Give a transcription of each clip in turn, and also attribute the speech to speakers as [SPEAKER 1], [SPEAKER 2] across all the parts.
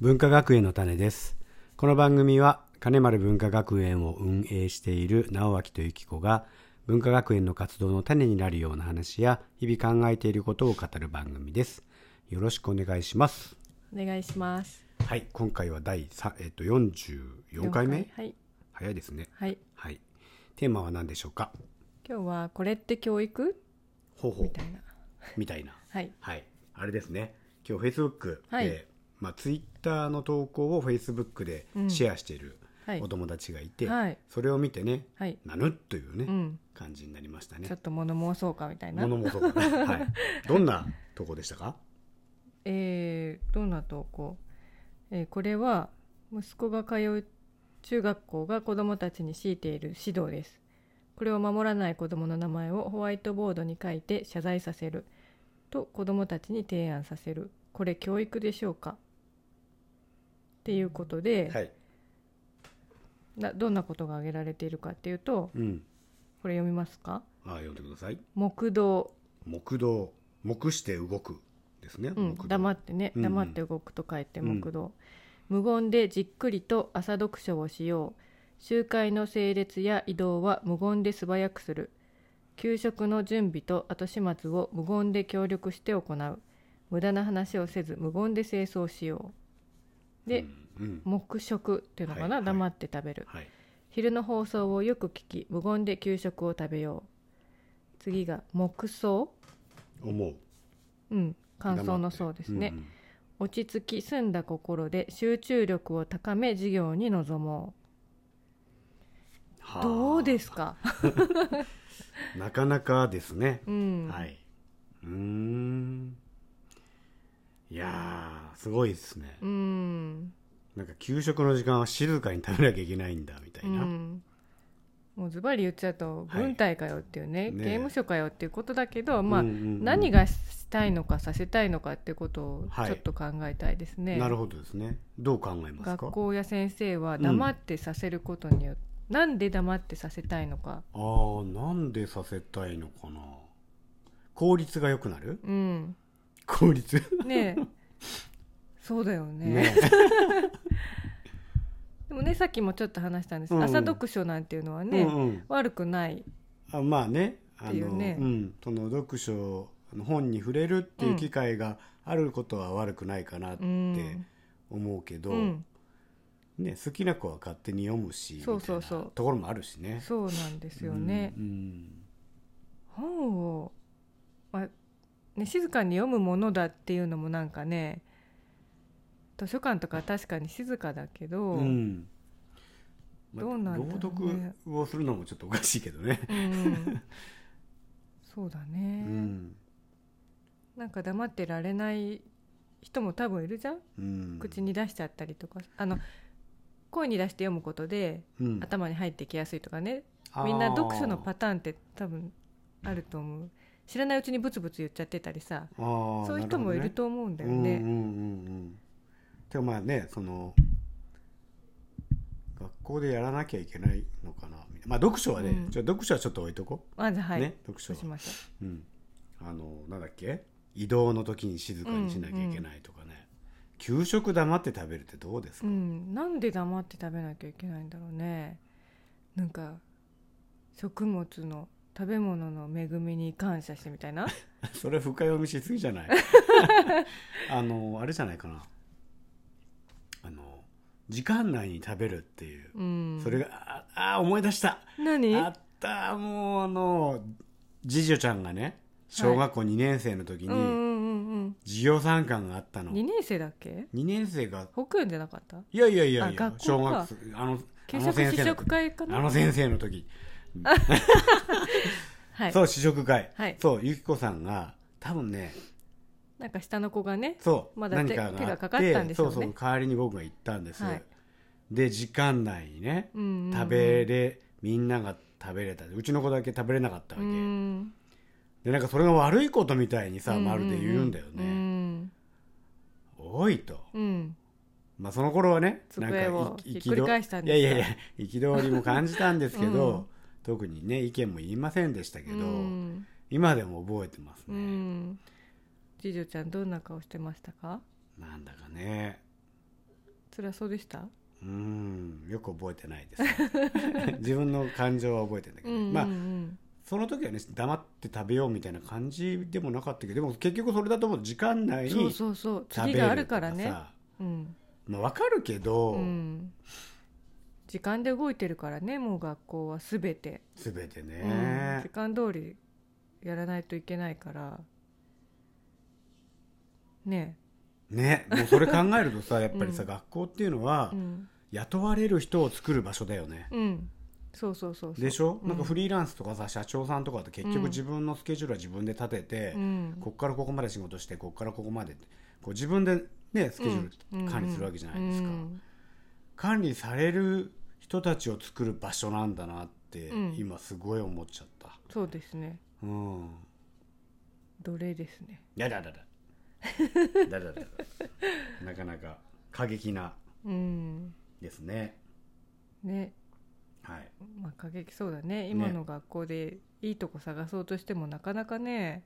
[SPEAKER 1] 文化学園の種ですこの番組は金丸文化学園を運営している直脇とゆき子が文化学園の活動の種になるような話や日々考えていることを語る番組ですよろしくお願いします
[SPEAKER 2] お願いします。
[SPEAKER 1] はい今回は第さえっと44回目
[SPEAKER 2] はい。
[SPEAKER 1] 早いですね
[SPEAKER 2] はい。
[SPEAKER 1] はいテーマは何でしょうか
[SPEAKER 2] 今日はこれって教育
[SPEAKER 1] ほうほう
[SPEAKER 2] みたいな。
[SPEAKER 1] みたいな
[SPEAKER 2] はい。
[SPEAKER 1] はい、あれですね、今日フェイスブックで、
[SPEAKER 2] はい
[SPEAKER 1] まあ、ツイッターの投稿をフェイスブックで
[SPEAKER 2] うん
[SPEAKER 1] シェアしている
[SPEAKER 2] はい
[SPEAKER 1] お。友達がいて、
[SPEAKER 2] はい
[SPEAKER 1] それを見てね、
[SPEAKER 2] はい。
[SPEAKER 1] なぬっというね、
[SPEAKER 2] うん。
[SPEAKER 1] 感じになりましたね
[SPEAKER 2] ちょ。っと物申そうかみたいな。
[SPEAKER 1] 物もそうかな、 はい、どんな投稿でしたか
[SPEAKER 2] えー、どんな投稿、えーこれは息子が通う中学校が子どもたちに強いている指導ですこれを守らない子どもの名前をホワイトボードに書いて謝罪させると子どもたちに提案させるこれ教育でしょうかっていうことで、
[SPEAKER 1] はい、
[SPEAKER 2] などんなことが挙げられているかっていうと
[SPEAKER 1] うん、
[SPEAKER 2] これ読みますか
[SPEAKER 1] あ読んでください。
[SPEAKER 2] 木道、
[SPEAKER 1] 木道、木して動くですね。
[SPEAKER 2] うん、
[SPEAKER 1] 木道
[SPEAKER 2] 黙ってね
[SPEAKER 1] うんうん
[SPEAKER 2] 黙って動くと書いて
[SPEAKER 1] うん
[SPEAKER 2] 木道、無言でじっくりと朝読書をしよう集会の整列や移動は無言で素早くする給食の準備と後始末を無言で協力して行う無駄な話をせず無言で清掃しようで、
[SPEAKER 1] うん、うん
[SPEAKER 2] 黙食っていうのかな、
[SPEAKER 1] はいはい
[SPEAKER 2] 黙って食べる
[SPEAKER 1] はい、
[SPEAKER 2] 昼の放送をよく聞き無言で給食を食べよう次が黙想
[SPEAKER 1] 思う。
[SPEAKER 2] うん感想のそうですね、
[SPEAKER 1] うんうん
[SPEAKER 2] 落ち着き澄んだ心で集中力を高め授業に臨も
[SPEAKER 1] はあ
[SPEAKER 2] うどうですか
[SPEAKER 1] なかなかですね。
[SPEAKER 2] うん、
[SPEAKER 1] はい。うーん。いやー、すごいですね。
[SPEAKER 2] うん、
[SPEAKER 1] なんか給食の時間は静かに食べなきゃいけないんだ、みた
[SPEAKER 2] う
[SPEAKER 1] いな。
[SPEAKER 2] ん、もうズバリ言っちゃうと
[SPEAKER 1] はい
[SPEAKER 2] 軍隊かよっていうね,、
[SPEAKER 1] ねえ
[SPEAKER 2] 刑務所かよっていうことだけど、まあ
[SPEAKER 1] うんうんうん
[SPEAKER 2] 何がしたいのかさせたいのかっていうことを
[SPEAKER 1] はい
[SPEAKER 2] ちょっと考えたいですね。
[SPEAKER 1] なるほどですね。どう考えますか
[SPEAKER 2] 学校や先生は黙ってさせることによって、なんで黙ってさせたいのか、
[SPEAKER 1] あー、なんでさせたいのかな。効率が良くなる
[SPEAKER 2] うん、
[SPEAKER 1] 効率
[SPEAKER 2] ねえそうだよね
[SPEAKER 1] ね
[SPEAKER 2] でもねさっきもちょっと話したんで
[SPEAKER 1] う
[SPEAKER 2] す、
[SPEAKER 1] んうん
[SPEAKER 2] 朝読書なんていうのは
[SPEAKER 1] う
[SPEAKER 2] ね、
[SPEAKER 1] んうん。
[SPEAKER 2] 悪くない、
[SPEAKER 1] あまあね、あ
[SPEAKER 2] ってい
[SPEAKER 1] の、
[SPEAKER 2] うね
[SPEAKER 1] うん。その読書、あの本に触れるっていう機会があることは悪くないかなっ
[SPEAKER 2] う
[SPEAKER 1] て
[SPEAKER 2] ん
[SPEAKER 1] 思うけど、
[SPEAKER 2] うん、
[SPEAKER 1] ね、好きな子は勝手に読むし
[SPEAKER 2] そうそうそう
[SPEAKER 1] みたいなところもあるしね。
[SPEAKER 2] そうなんですよね、
[SPEAKER 1] うんうん
[SPEAKER 2] 本を、まあね、静かに読むものだっていうのもなんかね図書館とか確かに静かだけど、
[SPEAKER 1] うんまあ
[SPEAKER 2] どうなんだろうね
[SPEAKER 1] 朗読をするのもちょっとおかしいけどね。
[SPEAKER 2] うんそうだ
[SPEAKER 1] う
[SPEAKER 2] ね、
[SPEAKER 1] ん
[SPEAKER 2] なんか黙ってられない人も多分いるじゃん、
[SPEAKER 1] うん
[SPEAKER 2] 口に出しちゃったりとかあの声に出して読むことで
[SPEAKER 1] うん
[SPEAKER 2] 頭に入ってきやすいとかね、
[SPEAKER 1] あー
[SPEAKER 2] みんな読書のパターンって多分あると思う知らないうちにブツブツ言っちゃってたりさ
[SPEAKER 1] あー
[SPEAKER 2] そういう人もいると思うんだよ
[SPEAKER 1] なる
[SPEAKER 2] ね
[SPEAKER 1] ほどねうんうんうんうんでもまあねその学校でやらなきゃいけないのかなみたいなまあ読書はね、
[SPEAKER 2] うん
[SPEAKER 1] じゃあ読書はちょっと置いとこ
[SPEAKER 2] まず
[SPEAKER 1] う、
[SPEAKER 2] はい、
[SPEAKER 1] ね読書
[SPEAKER 2] そう
[SPEAKER 1] は
[SPEAKER 2] し、まし
[SPEAKER 1] うん、あのなんだっけ移動の時に静かにしなきゃいけないとかね、給食黙って食べるってどうです
[SPEAKER 2] ょう、
[SPEAKER 1] か、
[SPEAKER 2] うん、なんで黙って食べなきゃいけないんだろうねなんか食物の食べ物の恵みに感謝してみた いな
[SPEAKER 1] それ深読みしすぎじゃない あのあれじゃないかなあの時間内に食べるっていう、
[SPEAKER 2] うん
[SPEAKER 1] それがああ思い出した
[SPEAKER 2] 何
[SPEAKER 1] あったもうあの次女ちゃんがね小学校2年生の時
[SPEAKER 2] うんう
[SPEAKER 1] に
[SPEAKER 2] んうん
[SPEAKER 1] 授業参観があった
[SPEAKER 2] う
[SPEAKER 1] の、
[SPEAKER 2] ん2年生だっけ
[SPEAKER 1] 2年生が
[SPEAKER 2] 保育園じゃなかった
[SPEAKER 1] いやいやいやい
[SPEAKER 2] あ
[SPEAKER 1] や
[SPEAKER 2] 学
[SPEAKER 1] 小
[SPEAKER 2] 校か
[SPEAKER 1] 学生あのあ
[SPEAKER 2] 給
[SPEAKER 1] の
[SPEAKER 2] 食
[SPEAKER 1] 先
[SPEAKER 2] 試
[SPEAKER 1] 生の
[SPEAKER 2] 食会かな
[SPEAKER 1] あの先生の時
[SPEAKER 2] はい
[SPEAKER 1] そう試食会、
[SPEAKER 2] はい
[SPEAKER 1] そうゆきこさんが多分ね
[SPEAKER 2] なんか下の子がね
[SPEAKER 1] そう、
[SPEAKER 2] まだ
[SPEAKER 1] 何
[SPEAKER 2] 手
[SPEAKER 1] かがあって
[SPEAKER 2] 手がかかったんでしょうね
[SPEAKER 1] そうそう代わりに僕が行ったんです、
[SPEAKER 2] はい
[SPEAKER 1] で時間内にね
[SPEAKER 2] うんうん
[SPEAKER 1] 食べれ、みんなが食べれたうちの子だけ食べれなかったわ
[SPEAKER 2] う
[SPEAKER 1] け、
[SPEAKER 2] ん
[SPEAKER 1] でなんかそれが悪いことみたいにさまるで言うんだよね、
[SPEAKER 2] うん
[SPEAKER 1] おいと、
[SPEAKER 2] うん
[SPEAKER 1] まあ、その頃はね
[SPEAKER 2] 机を
[SPEAKER 1] い
[SPEAKER 2] ひっくり返したん
[SPEAKER 1] 憤
[SPEAKER 2] です
[SPEAKER 1] い
[SPEAKER 2] か
[SPEAKER 1] やいやいや憤りも感じたんですけど、
[SPEAKER 2] うん
[SPEAKER 1] 特にね意見も言いませんでしたけ
[SPEAKER 2] う
[SPEAKER 1] ど、
[SPEAKER 2] ん
[SPEAKER 1] 今でも覚えてます
[SPEAKER 2] う
[SPEAKER 1] ね、
[SPEAKER 2] ん次女ちゃんどんな顔してましたか
[SPEAKER 1] なんだかね
[SPEAKER 2] それはそうでした
[SPEAKER 1] うーんよく覚えてないです 自分の感情は覚えてんだけどね、まあその時はね黙って食べようみたいな感じでもなかったけどでも結局それだともう時間内に
[SPEAKER 2] そう
[SPEAKER 1] 食
[SPEAKER 2] そうそう
[SPEAKER 1] べるとか
[SPEAKER 2] 次
[SPEAKER 1] さ
[SPEAKER 2] があるからねうん、
[SPEAKER 1] まあ、わかるけど、
[SPEAKER 2] うん、時間で動いてるからねもう学校は全て、
[SPEAKER 1] 全てね、
[SPEAKER 2] うん、時間通りやらないといけないからね
[SPEAKER 1] ねもうそれ考えるとさやっぱりさ、
[SPEAKER 2] うん
[SPEAKER 1] 学校っていうのは
[SPEAKER 2] えうん、
[SPEAKER 1] 雇われる人を作る場所だよね、
[SPEAKER 2] うん、そうそうそうそう
[SPEAKER 1] でしょ、
[SPEAKER 2] うん
[SPEAKER 1] なんかフリーランスとかさ社長さんとかって結
[SPEAKER 2] うん
[SPEAKER 1] 局自分のスケジュールは自分で立てて、
[SPEAKER 2] うん
[SPEAKER 1] こっからここまで仕事してこっからここまでってこう自分でねスケジュール管理するわけじゃないですか、
[SPEAKER 2] うん
[SPEAKER 1] 管理される人たちを作る場所なんだなって、
[SPEAKER 2] うん
[SPEAKER 1] 今すごい思っちゃった
[SPEAKER 2] そうですね
[SPEAKER 1] うん
[SPEAKER 2] 奴隷ですね
[SPEAKER 1] や だだだだだだだなかなか過激な
[SPEAKER 2] うん
[SPEAKER 1] ですね
[SPEAKER 2] ね
[SPEAKER 1] はい
[SPEAKER 2] まあ過激そうだね今の学校でいいとこ探そうとしてもなかなかね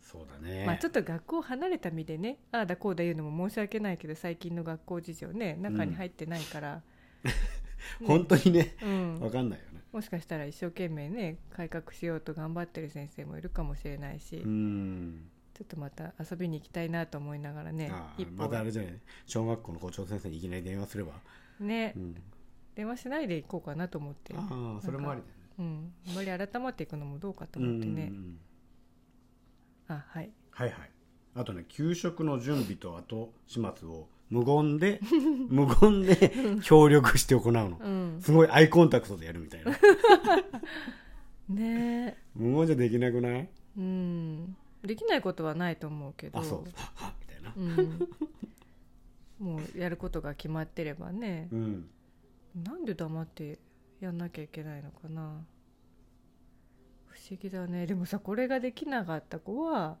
[SPEAKER 1] そうだね、
[SPEAKER 2] まあちょっと学校を離れた身でねああだこうだ言うのも申し訳ないけど最近の学校事情ね中に入ってないから、ね
[SPEAKER 1] 本当にね
[SPEAKER 2] うん
[SPEAKER 1] 分かんないよね
[SPEAKER 2] もしかしたら一生懸命ね改革しようと頑張ってる先生もいるかもしれないし、
[SPEAKER 1] う
[SPEAKER 2] ち
[SPEAKER 1] ん
[SPEAKER 2] ょっとまた遊びに行きたいなと思いながらね
[SPEAKER 1] ああ
[SPEAKER 2] 一
[SPEAKER 1] ま
[SPEAKER 2] 歩
[SPEAKER 1] たあれじゃない小学校の校長先生にいきなり電話すれば、
[SPEAKER 2] ね、
[SPEAKER 1] うん、
[SPEAKER 2] 電話しないで行こうかなと思って、
[SPEAKER 1] ああそれもありだよね
[SPEAKER 2] うん、あんまり改まっていくのもどうかと思って
[SPEAKER 1] う
[SPEAKER 2] ね
[SPEAKER 1] んう、んうん
[SPEAKER 2] あはい
[SPEAKER 1] はいはいあとね給食の準備と後始末を無言 で無言で協力して行うの
[SPEAKER 2] うん
[SPEAKER 1] すごいアイコンタクトでやるみたいな
[SPEAKER 2] ねえ
[SPEAKER 1] 無言じゃできなくない
[SPEAKER 2] うんできないことはないと思うけど
[SPEAKER 1] あそうはっはっみたいな
[SPEAKER 2] うん、もうやることが決まってればね
[SPEAKER 1] う、ん
[SPEAKER 2] なんで黙ってやんなきゃいけないのかな不思議だねでもさこれができなかった子は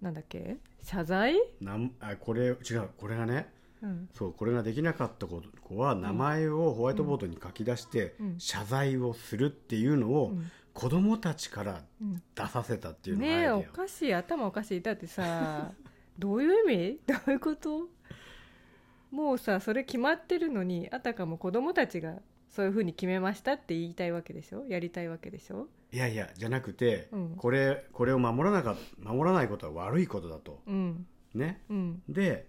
[SPEAKER 2] なんだっけ謝罪、
[SPEAKER 1] なんあこれ違うこれがね
[SPEAKER 2] うん、
[SPEAKER 1] そうこれができなかった子子は名前をホワイトボードに書き出して
[SPEAKER 2] うん
[SPEAKER 1] 謝罪をするっていうのを
[SPEAKER 2] うん
[SPEAKER 1] 子供たちから
[SPEAKER 2] うん
[SPEAKER 1] 出させたっていうのがアイ
[SPEAKER 2] ね
[SPEAKER 1] デ
[SPEAKER 2] え
[SPEAKER 1] ア
[SPEAKER 2] おかしい頭おかしいだってさ どういう意味ど ういうこともうさそれ決まってるのにあたかも子供たちがそういうふうに決めましたって言いたいわけでしょやりたいわけでしょ
[SPEAKER 1] いやいやじゃなくて、
[SPEAKER 2] うん
[SPEAKER 1] これこれを守らなか守らないことは悪いことだと
[SPEAKER 2] うん
[SPEAKER 1] ね
[SPEAKER 2] うん、
[SPEAKER 1] で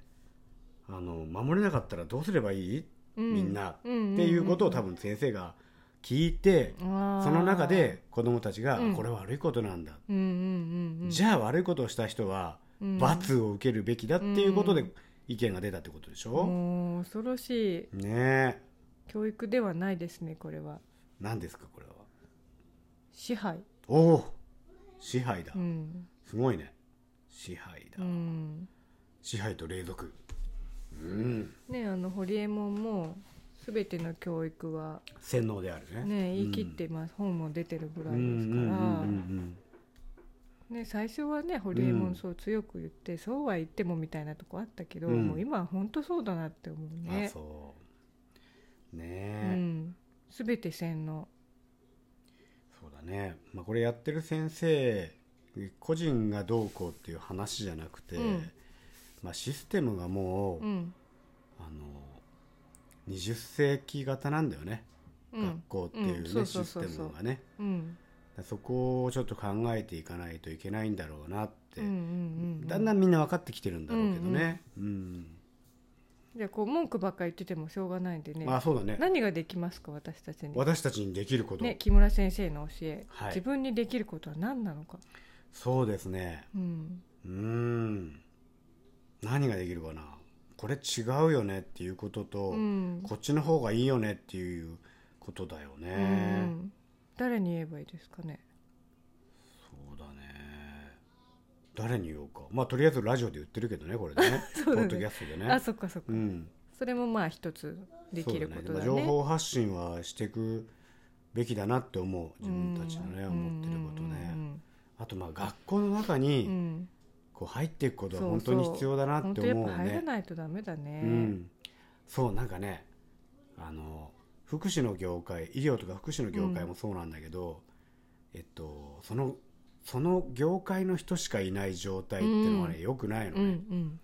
[SPEAKER 1] あの守れなかったらどうすればいいっ
[SPEAKER 2] うん、
[SPEAKER 1] みんな
[SPEAKER 2] って
[SPEAKER 1] ていうことを多
[SPEAKER 2] 分
[SPEAKER 1] 分先生が聞いて、
[SPEAKER 2] そ
[SPEAKER 1] その
[SPEAKER 2] の
[SPEAKER 1] 中で子供たちが、
[SPEAKER 2] うん
[SPEAKER 1] これは悪いことなんだ、
[SPEAKER 2] うんうんうんうん、
[SPEAKER 1] じ
[SPEAKER 2] ゃ
[SPEAKER 1] ゃあ悪いことをした人は
[SPEAKER 2] うん
[SPEAKER 1] 罰を受けるべきだっていうこと
[SPEAKER 2] う
[SPEAKER 1] で
[SPEAKER 2] ん
[SPEAKER 1] 意見が出たってことでしょ、
[SPEAKER 2] もう恐ろしい
[SPEAKER 1] ねえ
[SPEAKER 2] 教育ではないですねこれは
[SPEAKER 1] 何ですかこれは
[SPEAKER 2] 支配
[SPEAKER 1] おお支配だ、
[SPEAKER 2] うん、
[SPEAKER 1] すごいね支配だ、
[SPEAKER 2] うん、
[SPEAKER 1] 支配と隷属うん
[SPEAKER 2] ねあのホリエモンも全ての教育は
[SPEAKER 1] 洗脳であるね
[SPEAKER 2] ね言い切ってます、本も出てるぐ
[SPEAKER 1] う
[SPEAKER 2] らい
[SPEAKER 1] んうん
[SPEAKER 2] です
[SPEAKER 1] うんう
[SPEAKER 2] から、
[SPEAKER 1] ん
[SPEAKER 2] ね、最初はねホリエモ
[SPEAKER 1] うん
[SPEAKER 2] ンそう強く言って、そうは言ってもみたいなとこあったけど、
[SPEAKER 1] うん
[SPEAKER 2] もう今は本当そうだなって思う
[SPEAKER 1] うんうんあ
[SPEAKER 2] ね
[SPEAKER 1] そうね
[SPEAKER 2] う
[SPEAKER 1] え、
[SPEAKER 2] ん、全て洗脳
[SPEAKER 1] そうだね、まあ、これやってる先生個人がどうこうっていう話じゃなくて、
[SPEAKER 2] うん
[SPEAKER 1] まあ、システムがもう、
[SPEAKER 2] うん
[SPEAKER 1] あの20世紀型なんだよね、
[SPEAKER 2] うん
[SPEAKER 1] 学校っていうね、
[SPEAKER 2] うんそうそ
[SPEAKER 1] シ
[SPEAKER 2] う
[SPEAKER 1] ス
[SPEAKER 2] そう
[SPEAKER 1] テ
[SPEAKER 2] そう
[SPEAKER 1] ムがね
[SPEAKER 2] うん
[SPEAKER 1] そこをちょっと考えていかないといけないんだろうなって、
[SPEAKER 2] うんうんうんうん
[SPEAKER 1] だんだんみんな分かってきてるんだろうけどね、うん
[SPEAKER 2] じゃあこう文句ばっかり言っててもしょうがないんでね、
[SPEAKER 1] まあそうだね
[SPEAKER 2] 何ができますか私たちに、
[SPEAKER 1] 私たちにできること、
[SPEAKER 2] ね、木村先生の教え、
[SPEAKER 1] はい
[SPEAKER 2] 自分にできることは何なのか、
[SPEAKER 1] そうですね
[SPEAKER 2] うん、
[SPEAKER 1] うーん何ができるかなこれ違うよねっていうことと、
[SPEAKER 2] うん
[SPEAKER 1] こっちの方がいいよねっていうことだよね、
[SPEAKER 2] うん誰に言えばいいですかね
[SPEAKER 1] そうだね誰に言おうかまあとりあえずラジオで言ってるけどねこれ ね
[SPEAKER 2] うだね
[SPEAKER 1] ポッドキャストでね
[SPEAKER 2] あそっかそっか、
[SPEAKER 1] うん
[SPEAKER 2] それもまあ一つできることだね
[SPEAKER 1] そうだねでも情報発信はしていくべきだなって思う自分たちのね、
[SPEAKER 2] うん
[SPEAKER 1] 思ってることね、
[SPEAKER 2] うん
[SPEAKER 1] あとまあ学校の中
[SPEAKER 2] うんう
[SPEAKER 1] に
[SPEAKER 2] ん
[SPEAKER 1] こう入っていくことは
[SPEAKER 2] そう
[SPEAKER 1] 本当に必要だなっ
[SPEAKER 2] 本
[SPEAKER 1] て
[SPEAKER 2] 当や
[SPEAKER 1] 思
[SPEAKER 2] っ
[SPEAKER 1] う
[SPEAKER 2] ぱ
[SPEAKER 1] ね
[SPEAKER 2] 入らないとダメだね、
[SPEAKER 1] うん、そうなんかねあの福祉の業界医療とか福祉の業界もそうなんだけど、えっとそのその業界の人しかいない状態っていうのはね、
[SPEAKER 2] う
[SPEAKER 1] 良くないの
[SPEAKER 2] うん
[SPEAKER 1] ね、
[SPEAKER 2] うん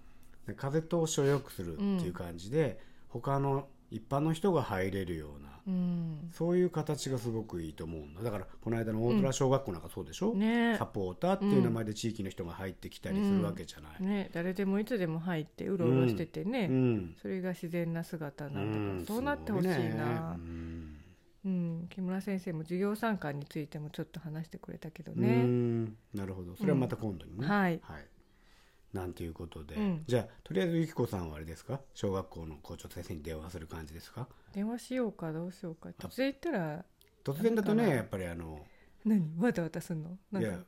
[SPEAKER 1] で風通しを良くするっていう感じで、他の一般の人が入れるような
[SPEAKER 2] うん
[SPEAKER 1] そういう形がすごくいいと思うんだだからこの間の大虎小学校なんかそうでしょ、
[SPEAKER 2] ね
[SPEAKER 1] サポーターっていう名前で地域の人が入ってきたりするわけじゃない、
[SPEAKER 2] ね誰でもいつでも入ってうろうろしててね、
[SPEAKER 1] うん
[SPEAKER 2] それが自然な姿なんだから、
[SPEAKER 1] うん
[SPEAKER 2] そうなってほしい
[SPEAKER 1] すごね
[SPEAKER 2] な
[SPEAKER 1] うん
[SPEAKER 2] うん、木村先生も授業参観についてもちょっと話してくれたけど
[SPEAKER 1] うー
[SPEAKER 2] ね。
[SPEAKER 1] んなるほどそれはまた今度にね、
[SPEAKER 2] うんはい
[SPEAKER 1] なんていうことで、
[SPEAKER 2] うん
[SPEAKER 1] じゃあとりあえずゆきこさんはあれですか小学校の校長先生に電話する感じですか
[SPEAKER 2] 電話しようかどうしようか突然言ったら
[SPEAKER 1] 突然だとね
[SPEAKER 2] なんかな
[SPEAKER 1] やっぱりあの
[SPEAKER 2] 何わたわたすんのないん
[SPEAKER 1] や
[SPEAKER 2] か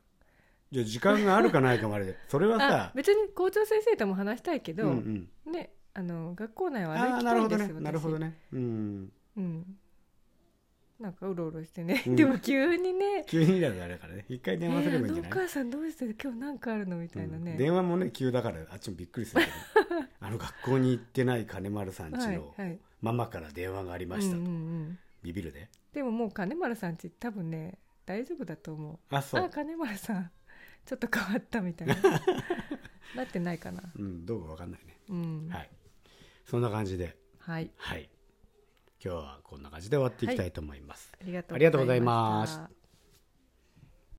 [SPEAKER 1] じゃあ時間があるかないかもあれ でそれは
[SPEAKER 2] あ
[SPEAKER 1] さ
[SPEAKER 2] 別に校長先生とも話したいけど、
[SPEAKER 1] うんうん、
[SPEAKER 2] ねあの学校内を
[SPEAKER 1] あ
[SPEAKER 2] 歩
[SPEAKER 1] あ
[SPEAKER 2] き
[SPEAKER 1] な
[SPEAKER 2] た
[SPEAKER 1] るほ
[SPEAKER 2] い
[SPEAKER 1] ど
[SPEAKER 2] で
[SPEAKER 1] ね
[SPEAKER 2] す
[SPEAKER 1] なるほどねうん
[SPEAKER 2] 私うん、なんかうろうろしてね、
[SPEAKER 1] うん
[SPEAKER 2] でも急にね
[SPEAKER 1] 急にだとあれだからね一回
[SPEAKER 2] 「え
[SPEAKER 1] 電話すればいいんじ
[SPEAKER 2] ー
[SPEAKER 1] ゃな
[SPEAKER 2] あのお
[SPEAKER 1] い、
[SPEAKER 2] 母さんどうして今日なんかあるの?」みたいな
[SPEAKER 1] う
[SPEAKER 2] ね
[SPEAKER 1] ん、電話もね急だからあっちもびっくりするけど あの学校に行ってない金丸さんちの
[SPEAKER 2] はいはい
[SPEAKER 1] ママから電話がありま
[SPEAKER 2] う
[SPEAKER 1] し
[SPEAKER 2] ん
[SPEAKER 1] た
[SPEAKER 2] う
[SPEAKER 1] と、
[SPEAKER 2] んうん、
[SPEAKER 1] ビビるで
[SPEAKER 2] でももう金丸さんち多分ね大丈夫だと思う。
[SPEAKER 1] あそう
[SPEAKER 2] あ金丸さんちょっと変わったみた いななってないかな
[SPEAKER 1] うん、どうかわかんないね。
[SPEAKER 2] うん
[SPEAKER 1] はい。そんな感じで、
[SPEAKER 2] はい、
[SPEAKER 1] はい。今日はこんな感じで終わっていきたいと思います。
[SPEAKER 2] ありがと
[SPEAKER 1] ありがとうござい
[SPEAKER 2] ま
[SPEAKER 1] ま
[SPEAKER 2] し
[SPEAKER 1] した